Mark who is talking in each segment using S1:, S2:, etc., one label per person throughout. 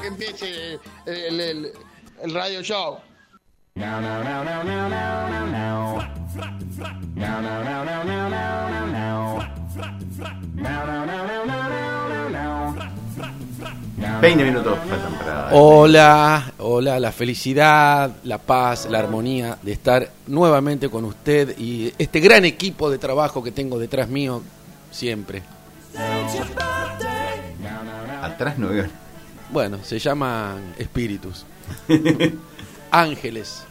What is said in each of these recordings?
S1: que empiece el, el- el- el radio show.
S2: Now, now, now, now, now, now, now, now. Now, now, now, now, now, now, now, now. Now, now, now, now, now, now, now, now. Now,
S3: 20
S2: now,
S3: minutos
S2: now, now,
S3: faltan para.
S4: Hola, hola, la felicidad, la paz, la armonía de estar nuevamente con usted y este gran equipo de trabajo que tengo detrás mío siempre.
S2: now, now, now.
S3: Atrás no veo.
S4: Bueno, se llaman espíritus. Ángeles.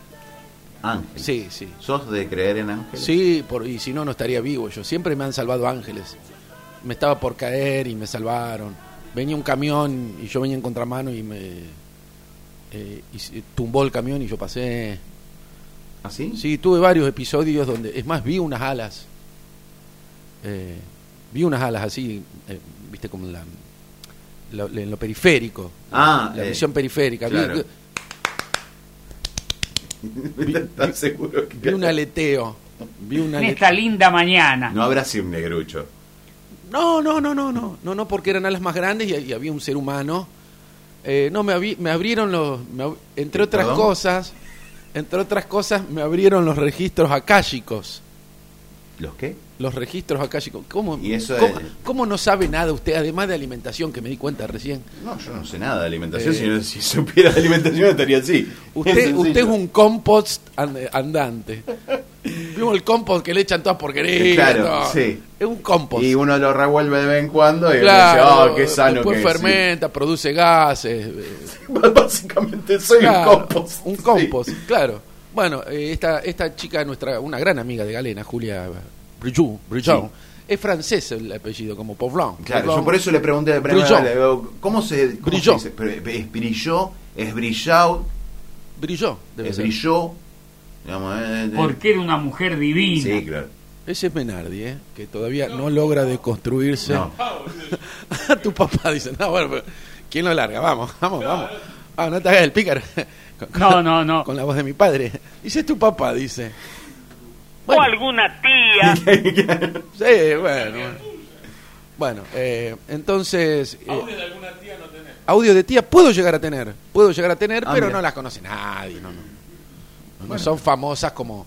S3: Ángel.
S4: Sí, sí.
S3: ¿Sos de creer en Ángel?
S4: Sí, por- y si no, no estaría vivo yo. Siempre me han salvado ángeles. Me estaba por caer y me salvaron. Venía un camión y yo venía en contramano y me... eh, y se- tumbó el camión y yo pasé...
S3: ¿Así?
S4: Sí, tuve varios episodios donde, es más, vi unas alas. Eh, vi unas alas así, eh, viste, como en, la, lo- en lo periférico.
S3: Ah,
S4: la
S3: eh,
S4: visión periférica. Vi-
S3: claro.
S4: Vi,
S3: ¿Estás seguro que.?
S4: vi un aleteo. Vi un
S5: En
S4: ale-
S5: esta linda mañana.
S3: No habrá sido un negrucho.
S4: No, no, no, no, no, no, no, porque eran alas más grandes y, y había un ser humano. Eh, no, me, abri- me abrieron los, me ab- entre otras
S3: ¿Perdón?
S4: cosas, entre otras cosas me abrieron los registros akáshicos.
S3: ¿Los qué?
S4: Los registros akáshicos. ¿Cómo,
S3: Y eso
S4: cómo,
S3: es-
S4: cómo no sabe nada usted, además de alimentación, que me di cuenta recién?
S3: No, yo no sé nada de alimentación.
S4: Eh.
S3: Si, no- si supiera de alimentación estaría así.
S4: Usted,
S3: sencillo.
S4: usted es un compost and- andante. Vimos el compost que le echan todas porquerías.
S3: Eh, Claro,
S4: todo.
S3: sí.
S4: Es un compost.
S3: Y uno lo revuelve de vez en cuando y
S4: claro,
S3: uno dice, oh, qué sano
S4: después
S3: que es".
S4: fermenta, produce gases. eh,
S3: Sí. Básicamente soy
S4: Claro,
S3: un compost.
S4: Un
S3: Sí.
S4: compost, claro. Bueno, eh, esta, esta chica, nuestra, una gran amiga de Galena, Julia Brujon,
S3: Sí.
S4: es francés el apellido, como Poblon.
S3: Claro, yo por eso le pregunté al
S4: Brilló.
S3: Brilló. ¿Cómo se cómo
S4: Brilló.
S3: se dice? Pero, ¿Es brilló? ¿Es brillado?
S4: Brilló, debe
S3: ¿Es
S4: ser.
S3: brilló? Digamos, eh, eh,
S5: Porque era una mujer divina.
S3: Sí, claro.
S4: Ese es Menardi, ¿eh? que todavía no logra deconstruirse.
S3: No.
S4: A tu papá dice, no, bueno, pero ¿quién lo larga? Vamos, vamos, vamos. Ah, no te hagas el pícaro. Con- con-
S5: No, no, no.
S4: Con la voz de mi padre. Dice, es tu papá, dice.
S5: O alguna tía.
S4: Sí, bueno. Bueno, eh, entonces. audio de alguna tía no tenés. Audio de tía puedo llegar a tener. Puedo llegar a tener,
S3: Ah,
S4: pero
S3: mira.
S4: no las conoce nadie. No, no. No, no son famosas como,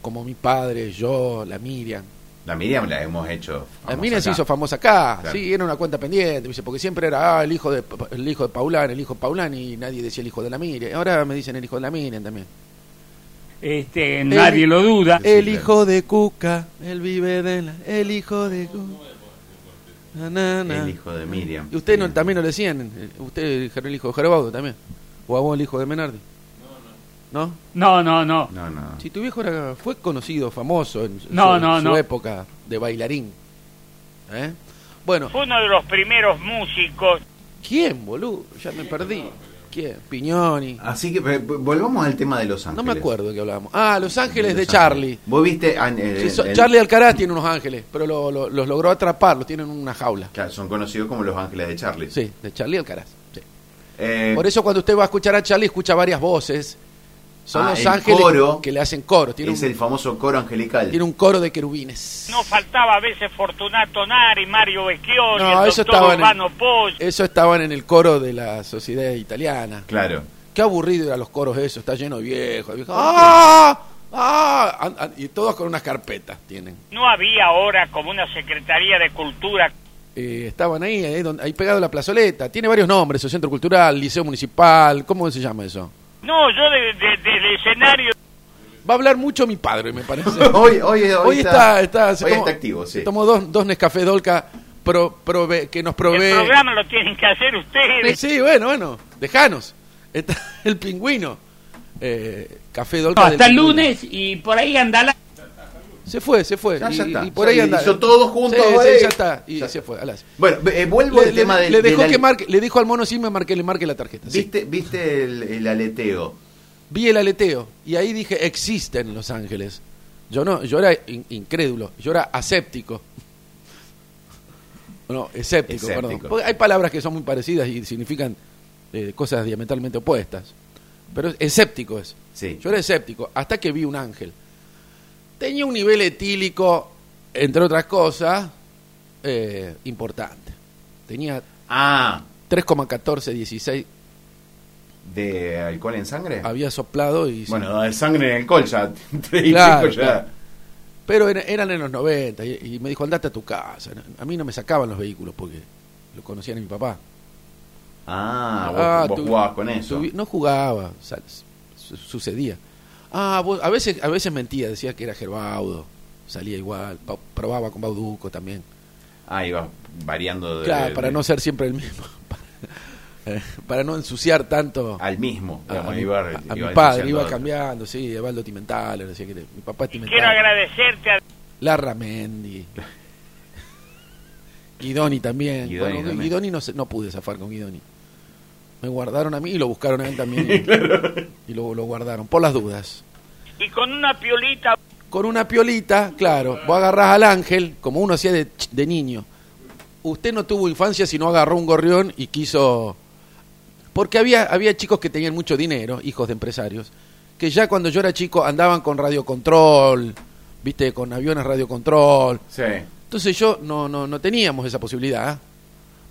S4: como mi padre, yo, la Miriam.
S3: La Miriam la hemos hecho.
S4: La
S3: famosa
S4: Miriam se
S3: acá.
S4: hizo famosa acá,
S3: Claro.
S4: sí, era una cuenta pendiente, dice, porque siempre era ah, el hijo de el hijo de Paulán, el hijo de Paulán y nadie decía el hijo de la Miriam. Ahora me dicen el hijo de la Miriam también.
S5: Este, nadie
S4: El-
S5: lo duda.
S4: El
S3: claro.
S4: hijo de Cuca, el vive de la, el hijo de Cuca. Na, na, na.
S3: El hijo de Miriam.
S4: Y usted no,
S3: Sí.
S4: también no le decían, eh, usted el hijo de Gerbaudo también, o a vos el hijo de Menardi. No, no.
S5: No, no, no.
S3: No, no.
S4: Si tu viejo era, fue conocido, famoso en su,
S5: No,
S4: en
S5: no,
S4: su
S5: no.
S4: época de bailarín. ¿Eh? Bueno,
S5: Fue uno de los primeros músicos.
S4: ¿quién, boludo? Ya me perdí. ¿Quién? Piñoni.
S3: Así que eh, volvamos al tema de Los
S4: No
S3: Ángeles.
S4: me acuerdo de qué hablábamos. Ah, Los Ángeles de
S3: Los
S4: Charlie.
S3: Vos viste. ah, eh,
S4: Sí, so-
S3: el-
S4: Charlie Alcaraz tiene unos ángeles, pero lo- lo- los logró atrapar, los tienen en una jaula.
S3: Claro, son conocidos como Los Ángeles de Charlie.
S4: Sí, de Charlie Alcaraz. sí.
S3: Eh,
S4: Por eso cuando usted va a escuchar a Charlie escucha varias voces. Son
S3: Ah,
S4: los
S3: el
S4: ángeles
S3: coro
S4: que le hacen coro. Tiene
S3: es
S4: un,
S3: el famoso coro angelical.
S4: tiene un coro de querubines.
S5: No faltaba a veces Fortunato Nari, Mario Becchioni,
S4: No,
S5: el
S4: eso
S5: doctor
S4: estaba en-
S5: Urbano Poggi.
S4: Eso estaban en el coro de la sociedad italiana.
S3: Claro.
S4: Qué aburrido eran los coros eso, está lleno de viejos. de viejos. ¡Ah! ¡Ah! An- an- Y todos con unas carpetas tienen.
S5: No había ahora como una Secretaría de Cultura.
S4: Eh, estaban ahí, ahí, donde- ahí pegado a la plazoleta. Tiene varios nombres, el Centro Cultural, Liceo Municipal, ¿cómo se llama eso?
S5: No, yo de- de- del escenario
S4: Va a hablar mucho mi padre, me parece.
S3: hoy, hoy, hoy,
S4: Hoy está, está, se
S3: hoy
S4: tomó-
S3: está activo, sí.
S4: se tomó dos, dos Nescafé Dolca pro- prove- que nos provee.
S5: El programa lo tienen que hacer ustedes.
S4: Sí, bueno, bueno, dejanos. Está el pingüino. Eh, café Dolca. del
S5: hasta el
S4: pingüino.
S5: lunes y por ahí anda la...
S4: Se fue, se fue.
S3: Ya,
S4: y,
S3: ya está.
S4: y por
S3: Ya
S4: ahí anda.
S3: hizo todos juntos,
S4: Sí, sí,
S3: eh.
S4: ya está. Y
S3: Ya
S4: se
S3: está.
S4: fue. alas.
S3: Bueno, eh, vuelvo
S4: Le,
S3: al tema
S4: le-
S3: del.
S4: le dejó
S3: del-
S4: que marque, le dijo al mono sí me marque, le marque la tarjeta. sí.
S3: ¿Viste, viste el, el aleteo?
S4: Vi el aleteo y ahí dije existen Los Ángeles. Yo no, yo era in- incrédulo, yo era aséptico. No, escéptico,
S3: Escéptico.
S4: perdón. Porque hay palabras que son muy parecidas y significan eh, cosas diametralmente opuestas. Pero escéptico es.
S3: Sí.
S4: Yo era escéptico hasta que vi un ángel. Tenía un nivel etílico, entre otras cosas, eh, importante. Tenía
S3: Ah,
S4: 3,1416
S3: ¿De alcohol en sangre?
S4: Había soplado y...
S3: Bueno, de sangre en alcohol ya. Te dije,
S4: Claro,
S3: ya.
S4: claro. Pero era- eran en los 90 y, y me dijo, andate a tu casa. A mí no me sacaban los vehículos porque lo conocían a mi papá.
S3: Ah, vos,
S4: Ah,
S3: vos
S4: tu-
S3: jugabas con eso.
S4: tu- no jugaba, o sea, su- sucedía. Ah, vos- a veces a veces mentía, decía que era Gerbaudo, salía igual, pa- probaba con Bauduco también.
S3: Ah, ibas variando de,
S4: claro,
S3: de-
S4: para
S3: de-
S4: no ser siempre el mismo, para, eh, para no ensuciar tanto
S3: al mismo.
S4: a,
S3: digamos,
S4: a Ah, mi-
S3: iba-
S4: a- a
S3: iba
S4: mi padre,
S3: ensuciando
S4: iba
S3: otro.
S4: cambiando, sí, Evaldo Timental, decía que mi papá es
S5: Y quiero
S4: Timental,
S5: agradecerte a
S4: Larra Mendy. Guidoni también.
S3: Guidoni
S4: Bueno,
S3: también.
S4: Guidoni no, se- no pude zafar con Guidoni. Me guardaron a mí y lo buscaron a él también. y- Y lo, lo guardaron, por las dudas.
S5: y con una piolita
S4: con una piolita, claro, vos agarrás al ángel, como uno hacía de, ch- de niño. Usted no tuvo infancia si no agarró un gorrión y quiso... Porque había, había chicos que tenían mucho dinero, hijos de empresarios, que ya cuando yo era chico andaban con radiocontrol, viste, con aviones radiocontrol.
S3: Sí.
S4: Entonces yo no, no, no teníamos esa posibilidad, ¿ah?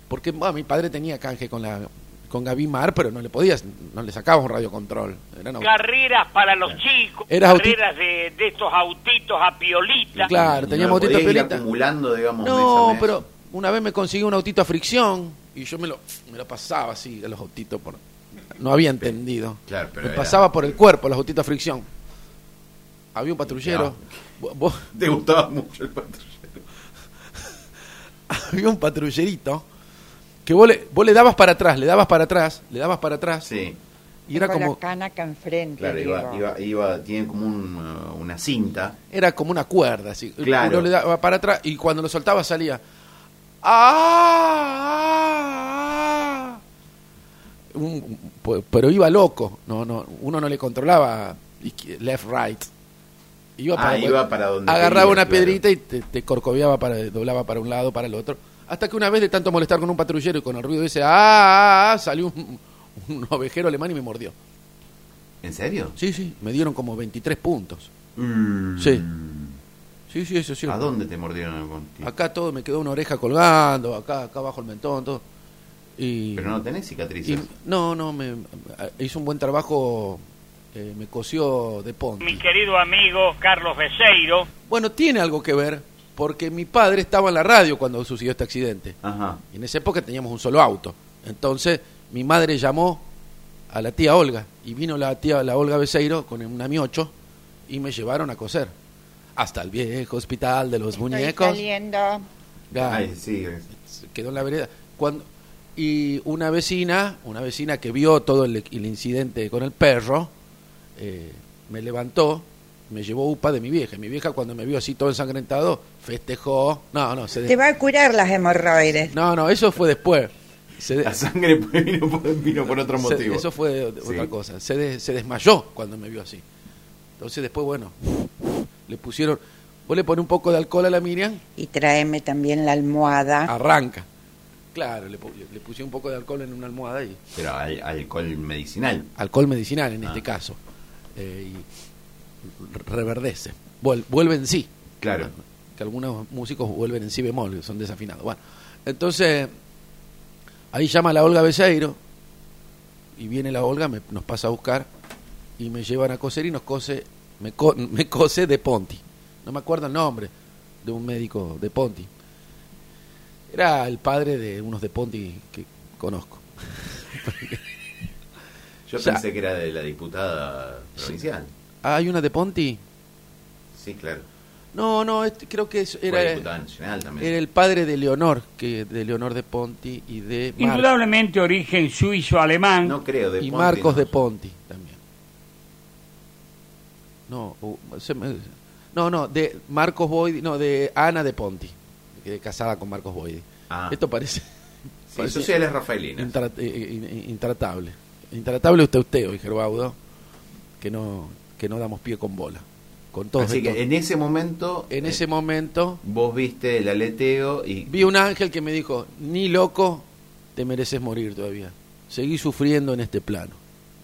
S4: porque bueno, mi padre tenía canje con la con Gaby Mar, pero no le podías, no le sacabas un radiocontrol. Eran autos.
S5: carreras para los chicos,
S4: Era auti-
S5: carreras de, de estos autitos a piolita.
S4: Claro,
S3: Y
S4: teníamos
S3: no lo podías
S4: autito
S3: ir
S4: piolita.
S3: acumulando, digamos,
S4: No,
S3: mes a mes.
S4: pero una vez me conseguí un autito a fricción y yo me lo, me lo pasaba así a los autitos. Por, no había entendido.
S3: claro, pero
S4: me
S3: era-
S4: pasaba por el cuerpo los autitos a fricción. Había un patrullero. vo- vo-
S3: Te gustaba mucho el patrullero.
S4: había un patrullerito que vos le, vos le dabas para atrás, le dabas para atrás, le dabas para atrás.
S3: Sí.
S4: Y era
S6: con
S4: como,
S6: la canaca enfrente.
S3: Claro,
S6: Diego.
S3: iba, iba, iba, tiene como un, uh, una cinta.
S4: era como una cuerda. Así.
S3: Claro.
S4: Uno le daba para atrás y cuando lo soltaba salía. ¡Ah! ah, ah". Un- pu- pero iba loco. No, no, uno no le controlaba izqui- left, right. Iba
S3: Ah, iba para donde
S4: Agarraba
S3: quería,
S4: una
S3: claro.
S4: piedrita y te, te corcoveaba, para, doblaba para un lado, para el otro. Hasta que una vez de tanto molestar con un patrullero y con el ruido ese, ¡ah! ah, ah", salió un, un ovejero alemán y me mordió.
S3: ¿En serio?
S4: Sí, sí, me dieron como 23 puntos.
S3: Mm.
S4: Sí. Sí, sí, eso sí.
S3: ¿A dónde te mordieron el contigo?
S4: Acá todo me quedó una oreja colgando, acá, acá abajo el mentón, todo. Y,
S3: Pero no tenés
S4: y-
S3: cicatrices.
S4: no, no, me a- hizo un buen trabajo, eh, me cosió de
S5: Mi
S4: Ponti.
S5: querido amigo Carlos Beseiro,
S4: Bueno, tiene algo que ver, porque mi padre estaba en la radio cuando sucedió este accidente.
S3: Ajá.
S4: Y en esa época teníamos un solo auto. Entonces, mi madre llamó a la tía Olga y vino la tía la Olga Beseiro con una miocho y me llevaron a coser hasta el viejo hospital de los
S6: Estoy
S4: muñecos.
S6: saliendo.
S4: Ya.
S3: Ay, sí.
S4: se quedó en la vereda. Cuando, y una vecina, una vecina que vio todo el, el incidente con el perro, eh, me levantó, me llevó upa de mi vieja. Y Mi vieja cuando me vio así todo ensangrentado, festejó. No, no, se de-
S6: Te va a curar las hemorroides.
S4: no, no, eso fue después. Se de-
S3: La sangre pues, vino por, vino por otro
S4: se-
S3: motivo.
S4: eso fue de- de
S3: Sí.
S4: otra cosa. Se, de- se desmayó cuando me vio así. Entonces después, bueno, le pusieron... Vos le pones un poco de alcohol a la Miriam
S6: Y tráeme también la almohada.
S4: arranca. Claro, le, pu- le puse un poco de alcohol en una almohada y...
S3: Pero al- alcohol medicinal.
S4: alcohol medicinal en
S3: Ah.
S4: este caso, eh, y reverdece, vuel- vuelve en sí.
S3: Claro.
S4: Que algunos músicos vuelven en sí bemol, que son desafinados. Bueno, entonces, ahí llama la Olga Beseiro, y viene la Olga, me- nos pasa a buscar, y me llevan a coser y nos cose, me, co- me cose de Ponti. No me acuerdo el nombre de un médico de Ponti. Era el padre de unos de Ponti que conozco.
S3: Yo
S4: Ya.
S3: pensé que era de la diputada provincial.
S4: Ah, ¿Hay una de Ponti?
S3: Sí, claro.
S4: No, no, este, creo que es-
S3: Era
S4: era,
S3: diputada nacional también.
S4: era el padre de Leonor, que de Leonor de Ponti y de Mar-
S5: indudablemente origen suizo-alemán,
S3: No creo, de
S4: y
S3: Ponti,
S4: Marcos
S3: no.
S4: de Ponti también. No, o- se me- no, no, de Marcos Boyd, no, de Ana de Ponti, que es casada con Marcos Boyd.
S3: Ah.
S4: Esto parece
S3: Sí,
S4: parecía-
S3: sociales rafaelinas.
S4: intra- eh, eh, intratable. Intratable usted usted hoy, Gerbaudo, que no que no damos pie con bola. Con todos
S3: Así
S4: estos-
S3: que en ese momento.
S4: en
S3: eh,
S4: ese momento
S3: Vos viste el aleteo y.
S4: Vi un ángel que me dijo, ni loco, te mereces morir todavía. Seguí sufriendo en este plano.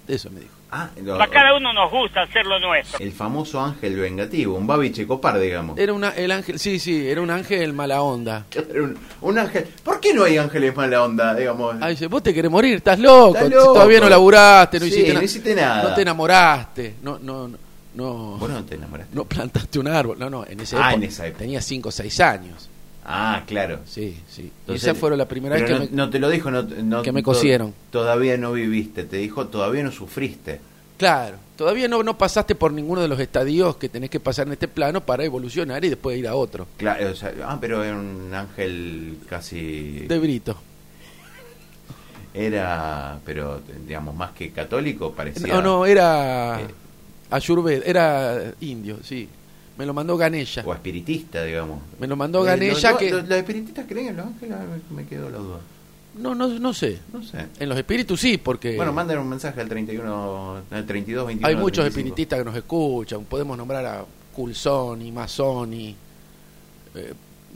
S4: Eso me dijo.
S3: Ah, lo-
S5: A cada uno nos gusta hacer lo nuestro.
S3: el famoso ángel vengativo, un babiche copar, digamos.
S4: Era una, el ángel, sí, sí, era un ángel mala onda.
S3: Claro, un, un ángel. ¿Por qué no hay ángeles mala onda, digamos?
S4: Ay, Ah, dice, vos te querés morir, estás loco,
S3: Estás loco.
S4: todavía no laburaste, no,
S3: Sí,
S4: hiciste
S3: no
S4: na-
S3: hiciste nada.
S4: No te enamoraste, no, no, no, no,
S3: Vos no te enamoraste.
S4: no plantaste un árbol. No, no, en esa,
S3: Ah,
S4: época,
S3: en esa época.
S4: tenía 5 o 6 años.
S3: Ah, claro.
S4: Sí, sí. Y
S3: Entonces-
S4: esa fue la primera vez que
S3: pero
S4: me...
S3: no, no te lo dijo, no, no-
S4: que me
S3: to-
S4: cosieron.
S3: Todavía no viviste, te dijo, todavía no sufriste.
S4: Claro, todavía no, no pasaste por ninguno de los estadios que tenés que pasar en este plano para evolucionar y después ir a otro.
S3: Claro, o sea, ah, pero era un ángel casi...
S4: De brito.
S3: Era, pero digamos, más que católico, parecía...
S4: No, no, era
S3: Eh.
S4: Ayurved, era indio, sí. Me lo mandó Ganella.
S3: O espiritista, digamos.
S4: Me lo mandó
S3: Eh,
S4: Ganella
S3: los-
S4: que...
S3: los, los espiritistas creen en los ángeles, A ver, me quedó la duda.
S4: No, no, no sé.
S3: No sé.
S4: En los espíritus sí, porque
S3: Bueno, manden un mensaje al 31, al 32, 21.
S4: Eh. hay muchos espiritistas que nos escuchan. Podemos nombrar a Culsoni, Mazzoni, eh,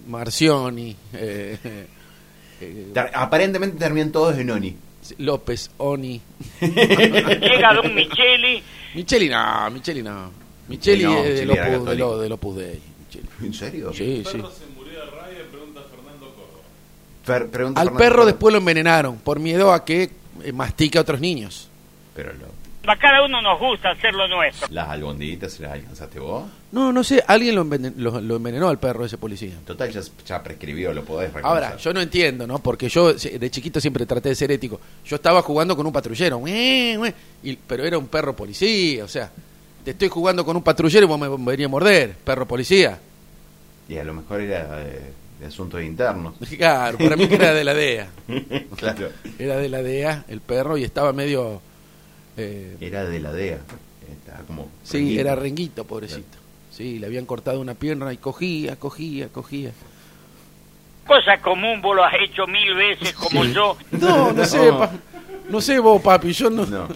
S4: Marcioni, eh, eh,
S3: aparentemente terminan todos en Oni.
S4: López, Oni.
S5: Llega Don Micheli,
S4: Micheli no, Micheli no. Micheli
S3: No,
S4: es del
S3: Micheli era
S4: Opus, del,
S3: católico.
S4: del Opus Dei. Micheli.
S3: ¿En serio?
S4: Sí, sí.
S3: Fer- pregunta
S4: Al
S3: Fernando
S4: perro
S3: Córdoba.
S4: después lo envenenaron por miedo a que eh, mastique a otros niños.
S3: Pero lo-
S5: a cada uno nos gusta hacer lo nuestro.
S3: las albondiguitas se las alcanzaste vos.
S4: No, no sé, alguien lo, envenen- lo- lo envenenó al perro ese policía.
S3: Total, ya, ya prescribió, lo podés reconocer.
S4: Ahora, yo no entiendo, ¿no? Porque yo se- de chiquito siempre traté de ser ético. Yo estaba jugando con un patrullero, ¡mue, mue! Y- pero era un perro policía, o sea, te estoy jugando con un patrullero y vos me me venías a morder, perro policía.
S3: Y a lo mejor era de, de asuntos internos.
S4: Claro, para mí que era de la DEA.
S3: claro.
S4: Era de la DEA el perro y estaba medio... eh,
S3: Era de la DEA. Estaba como.
S4: sí,
S3: renguito.
S4: era renguito, pobrecito. Sí, le habían cortado una pierna y cogía, cogía, cogía.
S5: Cosa común, vos lo has hecho mil veces como yo.
S4: No, no sé,
S3: No.
S4: pa- no sé vos, papi, yo no...
S3: No.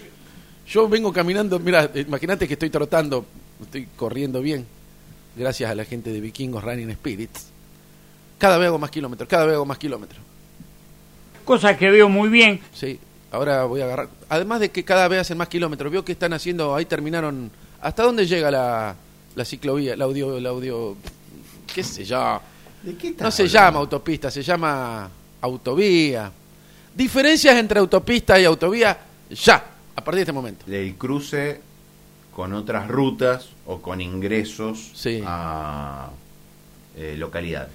S4: Yo vengo caminando, mira, eh, imagínate que estoy trotando, estoy corriendo bien, gracias a la gente de Vikingos Running Spirits. Cada vez hago más kilómetros, cada vez hago más kilómetros.
S5: Cosa que veo muy bien.
S4: Sí, ahora voy a agarrar. Además de que cada vez hacen más kilómetros, veo que están haciendo, ahí terminaron. ¿Hasta dónde llega la, la ciclovía, el audio, el audio, qué sé yo?
S3: ¿De qué
S4: No
S3: estás
S4: se
S3: hablando?
S4: llama autopista, se llama autovía. Diferencias entre autopista y autovía, ya, a partir de este momento.
S3: Del cruce con otras rutas o con ingresos
S4: Sí.
S3: a eh, localidades.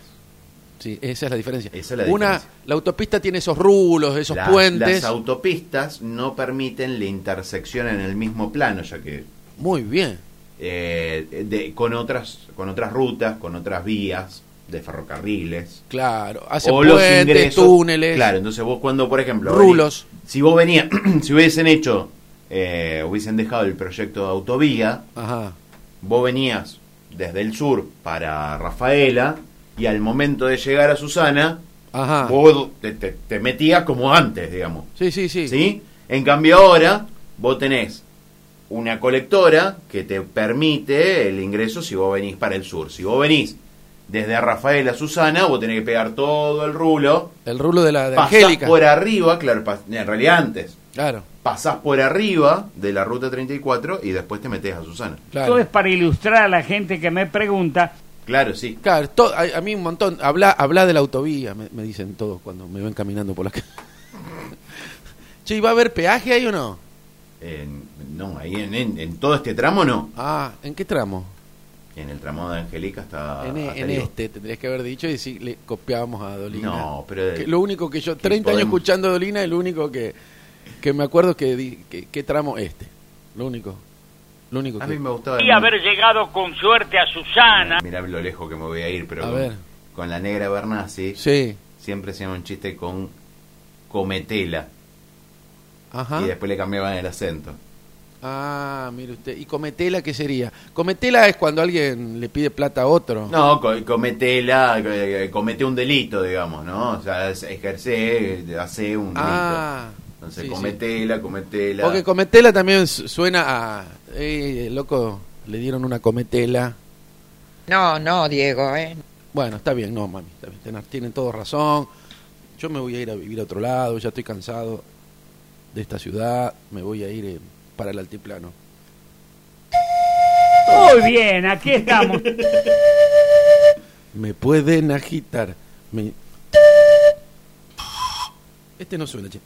S4: Sí, esa es la diferencia.
S3: Esa es la
S4: Una,
S3: diferencia.
S4: la autopista tiene esos rulos, esos
S3: La-
S4: puentes.
S3: Las autopistas no permiten la intersección en el mismo plano, ya que
S4: Muy bien.
S3: eh, de- con otras con otras rutas, con otras vías de ferrocarriles
S4: Claro, hace puentes, túneles.
S3: Claro, entonces vos cuando, por ejemplo,
S4: Rulos.
S3: vení- si vos venías, si hubiesen hecho, eh, hubiesen dejado el proyecto de autovía,
S4: Ajá.
S3: vos venías desde el sur para Rafaela y al momento de llegar a Susana,
S4: Ajá.
S3: vos te, te- te metías como antes, digamos.
S4: Sí, sí, sí.
S3: ¿Sí? En cambio ahora vos tenés una colectora que te permite el ingreso si vos venís para el sur. Si vos venís desde Rafael a Susana, vos tenés que pegar todo el rulo,
S4: El rulo de la de
S3: pasás
S4: Angélica.
S3: por arriba, claro, pas- en realidad antes,
S4: Claro,
S3: pasás por arriba de la ruta 34 y después te metés a Susana.
S5: Esto es
S4: claro.
S5: para ilustrar a la gente que me pregunta
S3: Claro, sí.
S4: Claro, to- a, a mí un montón. Habla, habla de la autovía, me, me dicen todos cuando me ven caminando por la calle. che, ¿y va a haber peaje ahí o no?
S3: En- no, ahí en, en- en todo este tramo no.
S4: Ah, ¿en qué tramo?
S3: En el tramo de Angélica está...
S4: en, e- en este tendrías que haber dicho y sí, le copiábamos a Dolina.
S3: No, pero-
S4: Que lo único que yo,
S3: que
S4: 30 años
S3: podemos-
S4: escuchando a Dolina, el único que, que me acuerdo es que, di- que, que tramo este. Lo único. Lo único
S3: A
S4: que.
S3: mí me gustaba...
S5: y haber llegado con suerte a Susana.
S3: Mirá lo lejos que me voy a ir, pero
S4: A
S3: con,
S4: ver.
S3: con la negra Bernasi
S4: Sí.
S3: siempre hacían un chiste con Cometela
S4: Ajá.
S3: y después le cambiaban el acento.
S4: Ah, mire usted. ¿Y cometela qué sería? Cometela es cuando alguien le pide plata a otro.
S3: No, co- cometela, eh, comete un delito, digamos, ¿no? O sea, es- ejerce, eh, hace un delito.
S4: Ah,
S3: Entonces,
S4: sí, sí.
S3: cometela, cometela.
S4: Porque cometela también su- suena a. Eh, loco, le dieron una cometela.
S6: No, no, Diego, ¿eh?
S4: Bueno, está bien, no, mami. está bien, ten- tienen todos razón. Yo me voy a ir a vivir a otro lado, ya estoy cansado de esta ciudad. Me voy a ir eh, para el altiplano.
S7: Muy bien, aquí estamos.
S4: Me pueden agitar. me- Este no suena, che.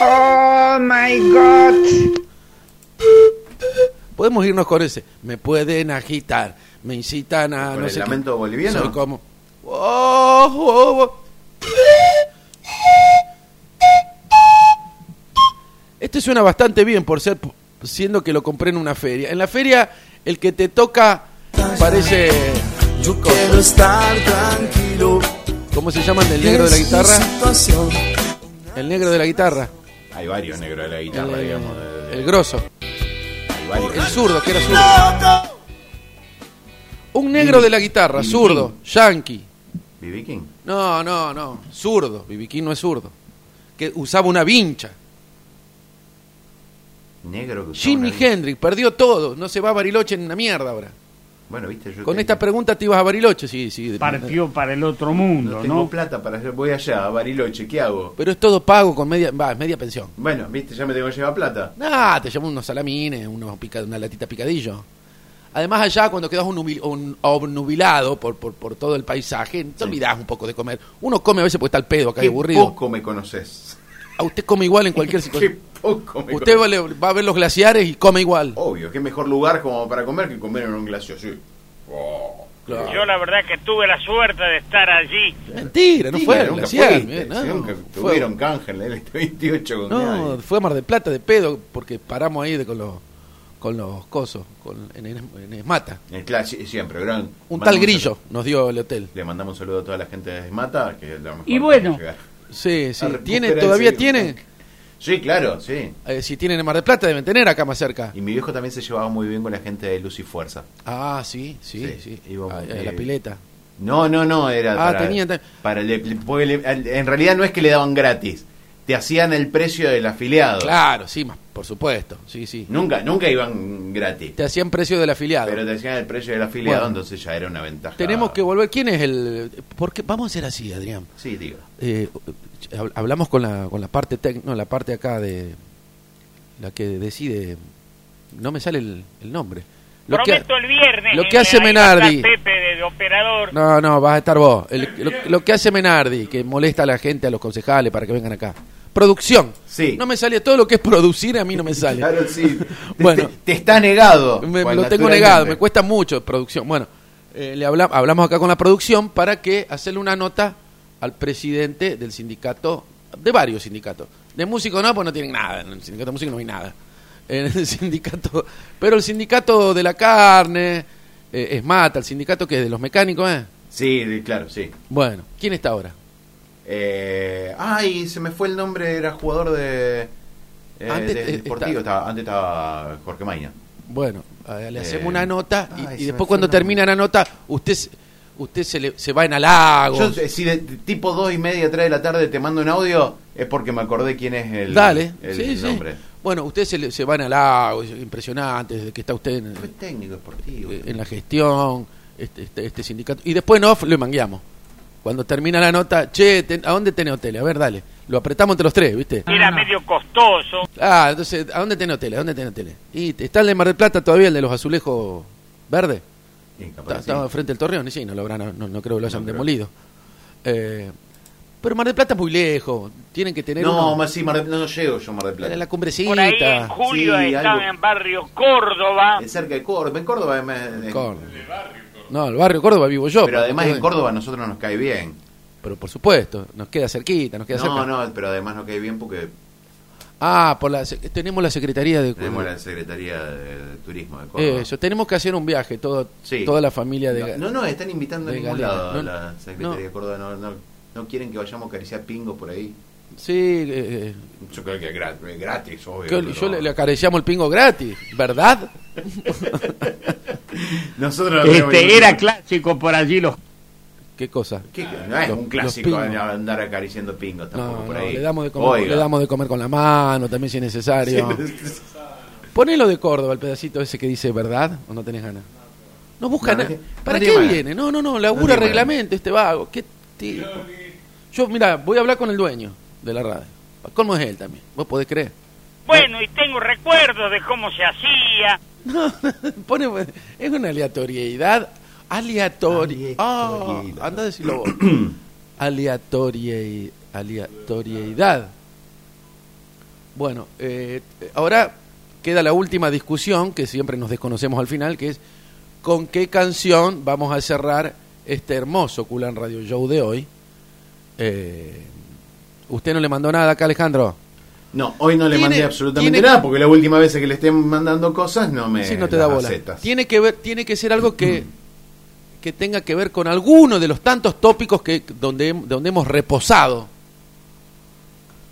S6: Oh my god.
S4: Podemos irnos con ese. Me pueden agitar. Me incitan a.
S3: ¿Con
S4: no
S3: el
S4: sé qué.
S3: lamento boliviano?
S4: Soy como. Oh, oh, oh. Este suena bastante bien por ser. Siendo que lo compré en una feria. En la feria, el que te toca parece.
S8: Yo quiero estar tranquilo.
S4: ¿Cómo se llaman? El negro de la
S8: Es mi
S4: guitarra.
S8: situación.
S4: El negro de la guitarra.
S3: Hay varios negros de la
S4: El,
S3: guitarra, digamos. de- de-
S4: Eh, el grosso.
S3: hay varios.
S4: El zurdo, que era zurdo. Un negro de la guitarra,
S3: Billy
S4: zurdo, yankee.
S3: B.B. King.
S4: No, no, no. Zurdo. Bibiquín no es zurdo. Que usaba una vincha.
S3: Negro que usaba
S4: Jimi
S3: una-
S4: Hendrix perdió todo. No se va a Bariloche en una mierda ahora.
S3: Bueno, viste, yo
S4: Con
S3: te-
S4: esta pregunta te ibas a Bariloche. Sí, sí.
S7: Partió para el otro mundo,
S3: No tengo
S7: ¿no?
S3: plata para hacer. Voy allá, a Bariloche, ¿qué hago?
S4: Pero es todo pago con media, va, media pensión.
S3: Bueno, viste, ya me tengo que llevar plata.
S4: Nah, te llevas unos salamines, unos pica- una latita picadillo. Además allá cuando quedas un, nubil- un- obnubilado por, por, por todo el paisaje, te olvidás un poco de comer. Uno come a veces porque está al pedo acá
S3: Qué
S4: aburrido.
S3: poco me conoces.
S4: A usted come igual en cualquier
S3: Qué
S4: situación.
S3: poco me
S4: Usted va,
S3: conoces.
S4: le- va a ver los glaciares y come igual.
S3: Obvio, qué mejor lugar como para comer que comer en un glacio, sí. Oh.
S4: Claro.
S5: Yo la verdad que tuve la suerte de estar allí.
S4: Mentira, no
S3: Sí,
S4: fue el
S3: nunca
S4: glaciar.
S3: fuiste,
S4: eh, no,
S3: si nunca
S4: fue-
S3: tuvieron canje en el 28 con
S4: No,
S3: nadie.
S4: fue Mar del Plata de pedo porque paramos ahí de, con los con los cosos, con, en, en- en Mata.
S3: El clas- sí, siempre, gran.
S4: Un
S3: mandamos
S4: tal
S3: un
S4: grillo
S3: saludo-
S4: nos dio el hotel.
S3: Le mandamos un saludo a toda la gente de Mata, que es la mejor
S7: Y bueno.
S3: forma de llegar.
S4: Sí, sí.
S3: A recuperar
S4: ¿Tiene,
S3: el
S4: todavía
S3: cerebro.
S4: tiene?
S3: Sí, claro, sí.
S4: Eh, si tienen en Mar del Plata deben tener acá más cerca.
S3: Y mi viejo también se llevaba muy bien con la gente de Luz y Fuerza.
S4: Ah, sí, sí,
S3: Sí,
S4: sí.
S3: íbamos,
S4: Ah, eh,
S3: eh,
S4: la pileta.
S3: No, no, no, era
S4: Ah,
S3: para,
S4: tenían ta-
S3: para le- le- porque le- al- en realidad no es que le daban gratis, te hacían el precio del afiliado.
S4: Claro, sí, más, por supuesto. Sí, sí.
S3: Nunca, nunca iban gratis,
S4: Te hacían precio del afiliado.
S3: pero ah. te hacían el precio del afiliado,
S4: Bueno.
S3: entonces ya era una ventaja.
S4: Tenemos que volver. ¿Quién es el.? Porque vamos a hacer así, Adrián.
S3: Sí, digo.
S4: Eh, hab- hablamos con la, con la parte técnica, la parte acá de. La que decide. No me sale el, el nombre. Lo que,
S5: Prometo el viernes.
S4: lo
S5: en
S4: que
S5: la-
S4: hace
S5: ahí va
S4: Menardi.
S5: a estar Pepe de, de operador.
S4: no, no, vas a estar vos. El- lo, lo que hace Menardi, que molesta a la gente, a los concejales para que vengan acá. Producción.
S3: Sí.
S4: No me sale todo lo que es producir, a mí no me sale.
S3: Claro, sí.
S4: Bueno.
S3: bueno, te, te está negado.
S4: Me-
S3: Juan,
S4: lo tengo
S3: naturalmente.
S4: negado, me cuesta mucho producción. Bueno, eh, le habla- hablamos acá con la producción para que hacerle una nota al presidente del sindicato, de varios sindicatos. De músicos no, pues no tienen nada. En el sindicato de músicos no hay nada. En el sindicato, pero el sindicato de la carne eh, es mata, el sindicato que es de los mecánicos, ¿eh?
S3: Sí, de- claro, sí.
S4: Bueno, ¿quién está ahora?
S3: Eh, ay, se me fue el nombre, era jugador de. eh,
S4: Antes,
S3: de-
S4: eh,
S3: deportivo,
S4: está-
S3: estaba- antes estaba Jorge Maña.
S4: Bueno, eh, le hacemos
S3: Eh,
S4: una nota
S3: ay,
S4: y- y,
S3: se me
S4: después
S3: fue
S4: cuando
S3: el nombre.
S4: termina la nota, usted, se- usted se, le- se va en halagos.
S3: Yo, eh, si de de tipo 2 y media, 3 de la tarde te mando un audio, es porque me acordé quién es el,
S4: Dale,
S3: el
S4: sí, sí.
S3: nombre.
S4: Bueno, ustedes se, le- se van al lago, es impresionante, desde que está usted en, eh,
S3: Fue técnico deportivo.
S4: en la gestión, este, este, este sindicato. Y después en off lo mangueamos. Cuando termina la nota, che, ten- ¿a dónde tiene hotel? A ver, dale. Lo apretamos entre los tres, ¿viste?
S5: Era medio costoso.
S4: Ah, entonces, ¿a dónde tiene hotel? ¿A dónde tiene hotel? Y te- está el de Mar del Plata todavía, el de los azulejos verdes.
S3: Sí, capaz
S4: Ta-
S3: que sí.
S4: eh, Estaba frente al torreón, y sí, no, lo habrán- no, no creo que lo hayan
S3: No creo.
S4: demolido. Eh, pero Mar del Plata es muy lejos, tienen que tener
S3: No,
S4: uno-
S3: más sí, Mar del- no, no llego yo a Mar del Plata.
S4: en la cumbrecita.
S5: Por ahí en julio
S3: Sí,
S5: estaba
S3: algo.
S5: en barrio Córdoba.
S3: Es cerca de Córdoba. En Córdoba es más- en-
S4: Córdoba. No, el barrio Córdoba vivo yo.
S3: Pero además en
S4: entonces-
S3: Córdoba a nosotros nos cae bien.
S4: Pero por supuesto, nos queda cerquita, nos queda cerca.
S3: No, no, pero además nos cae bien porque
S4: Ah, por la, se- tenemos la Secretaría de
S3: tenemos la
S4: Cultura.
S3: Secretaría de, de Turismo de Córdoba.
S4: Eso, tenemos que hacer un viaje, todo,
S3: Sí.
S4: toda la familia Eh, de...
S3: No, no, no, están invitando a
S4: de
S3: ningún
S4: Galera.
S3: lado a
S4: No,
S3: la Secretaría
S4: no.
S3: de Córdoba. No, no, no quieren que vayamos a acariciar pingo por ahí.
S4: Sí, eh, eh,
S3: Yo creo que es grat- es gratis, obvio.
S4: que
S3: pero-
S4: yo le, le acariciamos el pingo gratis, ¿verdad?
S3: Nosotros no tenemos
S7: Este
S3: ningún-
S7: era clásico por allí los
S4: ¿Qué cosa?
S3: ¿Qué? No es
S4: Los-
S3: un
S4: los
S3: clásico
S4: pingos.
S3: andar acariciando pingos tampoco
S4: No,
S3: por
S4: no,
S3: ahí.
S4: le damos, de comer,
S3: Oiga.
S4: le damos de comer con la mano, también si es necesario. Ponelo de Córdoba, el pedacito ese que dice verdad, o no tenés ganas. No busca
S3: No, no
S4: nada.
S3: tiene- no
S4: ¿Para
S3: tiene
S4: qué
S3: ganas.
S4: viene? No, no, no, labura
S3: No tiene
S4: reglamento este vago. ¿Qué tipo? Yo, mira, voy a hablar con el dueño de la radio. Pa' colmo es él también. Vos podés creer.
S5: Bueno, y tengo recuerdos de cómo se hacía.
S4: No, pone- pues, es una aleatoriedad. Aleatoria. Ah, anda a decirlo vos. Aleatoria, aleatoriedad. Bueno, eh, ahora queda la última discusión que siempre nos desconocemos al final, que es con qué canción vamos a cerrar este hermoso Culan Radio Show de hoy. Eh, ¿Usted no le mandó nada acá, Alejandro?
S3: No, hoy no le
S4: Tiene-
S3: mandé absolutamente
S4: tiene-
S3: nada, porque la última vez que le estén mandando cosas no me.
S4: Sí, no te da
S3: Eh, las
S4: bola.
S3: aceptas.
S4: Tiene que ver, tiene que ser algo que
S3: Mm.
S4: que tenga que ver con alguno de los tantos tópicos que donde hem- donde hemos reposado.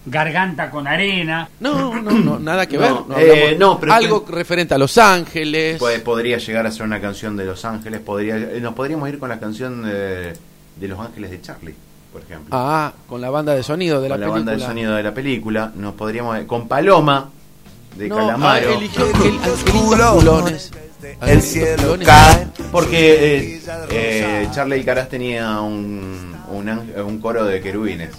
S7: Garganta con arena.
S4: No, no, no, nada que ver.
S3: No,
S4: No hablamos-
S3: eh, no, pero
S4: algo referente a Los Ángeles.
S3: Puede- podría llegar a ser una canción de Los Ángeles, podría, eh, nos podríamos ir con la canción de, de Los Ángeles de Charlie, por ejemplo.
S4: Ah, con la banda de sonido de la
S3: con la
S4: película.
S3: banda de sonido de la película, nos podríamos eh, con Paloma de
S4: No,
S3: Calamaro.
S4: ah, eligió el Angelitos
S8: Culones.
S4: Culones.
S8: El
S4: Angelitos
S8: cielo
S4: Culones.
S8: cae.
S3: Porque eh, eh, Charlie Alcaraz tenía un, un, ángel- un coro de querubines,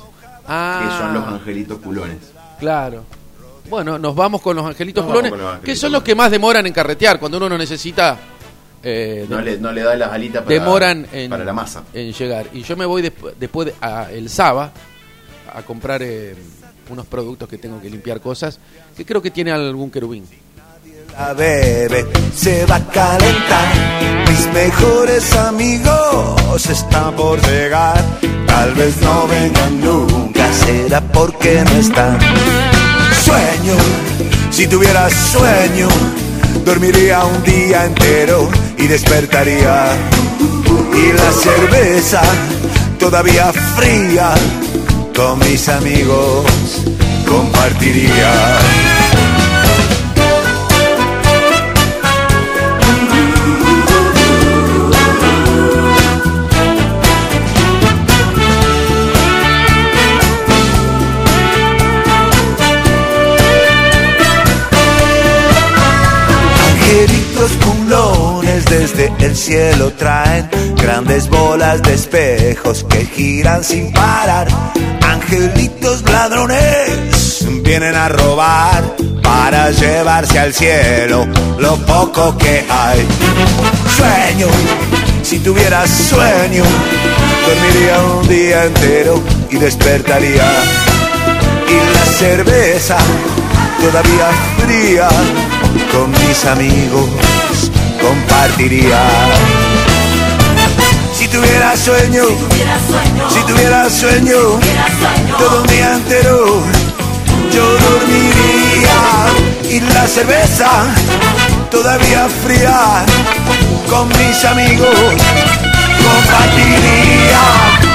S4: Ah,
S3: que son los angelitos culones.
S4: Claro. Bueno, nos vamos con los angelitos
S3: Nos
S4: culones,
S3: vamos con los
S4: que
S3: angelitos
S4: son los
S3: culones.
S4: que más demoran en carretear cuando uno no necesita eh,
S3: No le, no le da las alitas para,
S4: demoran en,
S3: para la masa.
S4: en llegar. Y yo me voy desp- después de- a El Saba a comprar eh, unos productos que tengo que limpiar cosas, que creo que tiene algún querubín.
S8: La bebe, se va a calentar. Mis mejores amigos están por llegar. Tal vez no vengan nunca, será porque no están. Sueño, si tuviera sueño, dormiría un día entero y despertaría. Y la cerveza, todavía fría, con mis amigos compartiría. Angelitos culones desde el cielo traen grandes bolas de espejos que giran sin parar. Angelitos ladrones vienen a robar para llevarse al cielo lo poco que hay. Sueño, si tuviera sueño, dormiría un día entero y despertaría y la cerveza todavía fría con mis amigos compartiría. Si tuviera sueño, si tuviera sueño, todo un día entero yo dormiría y la cerveza todavía fría con mis amigos compartiría.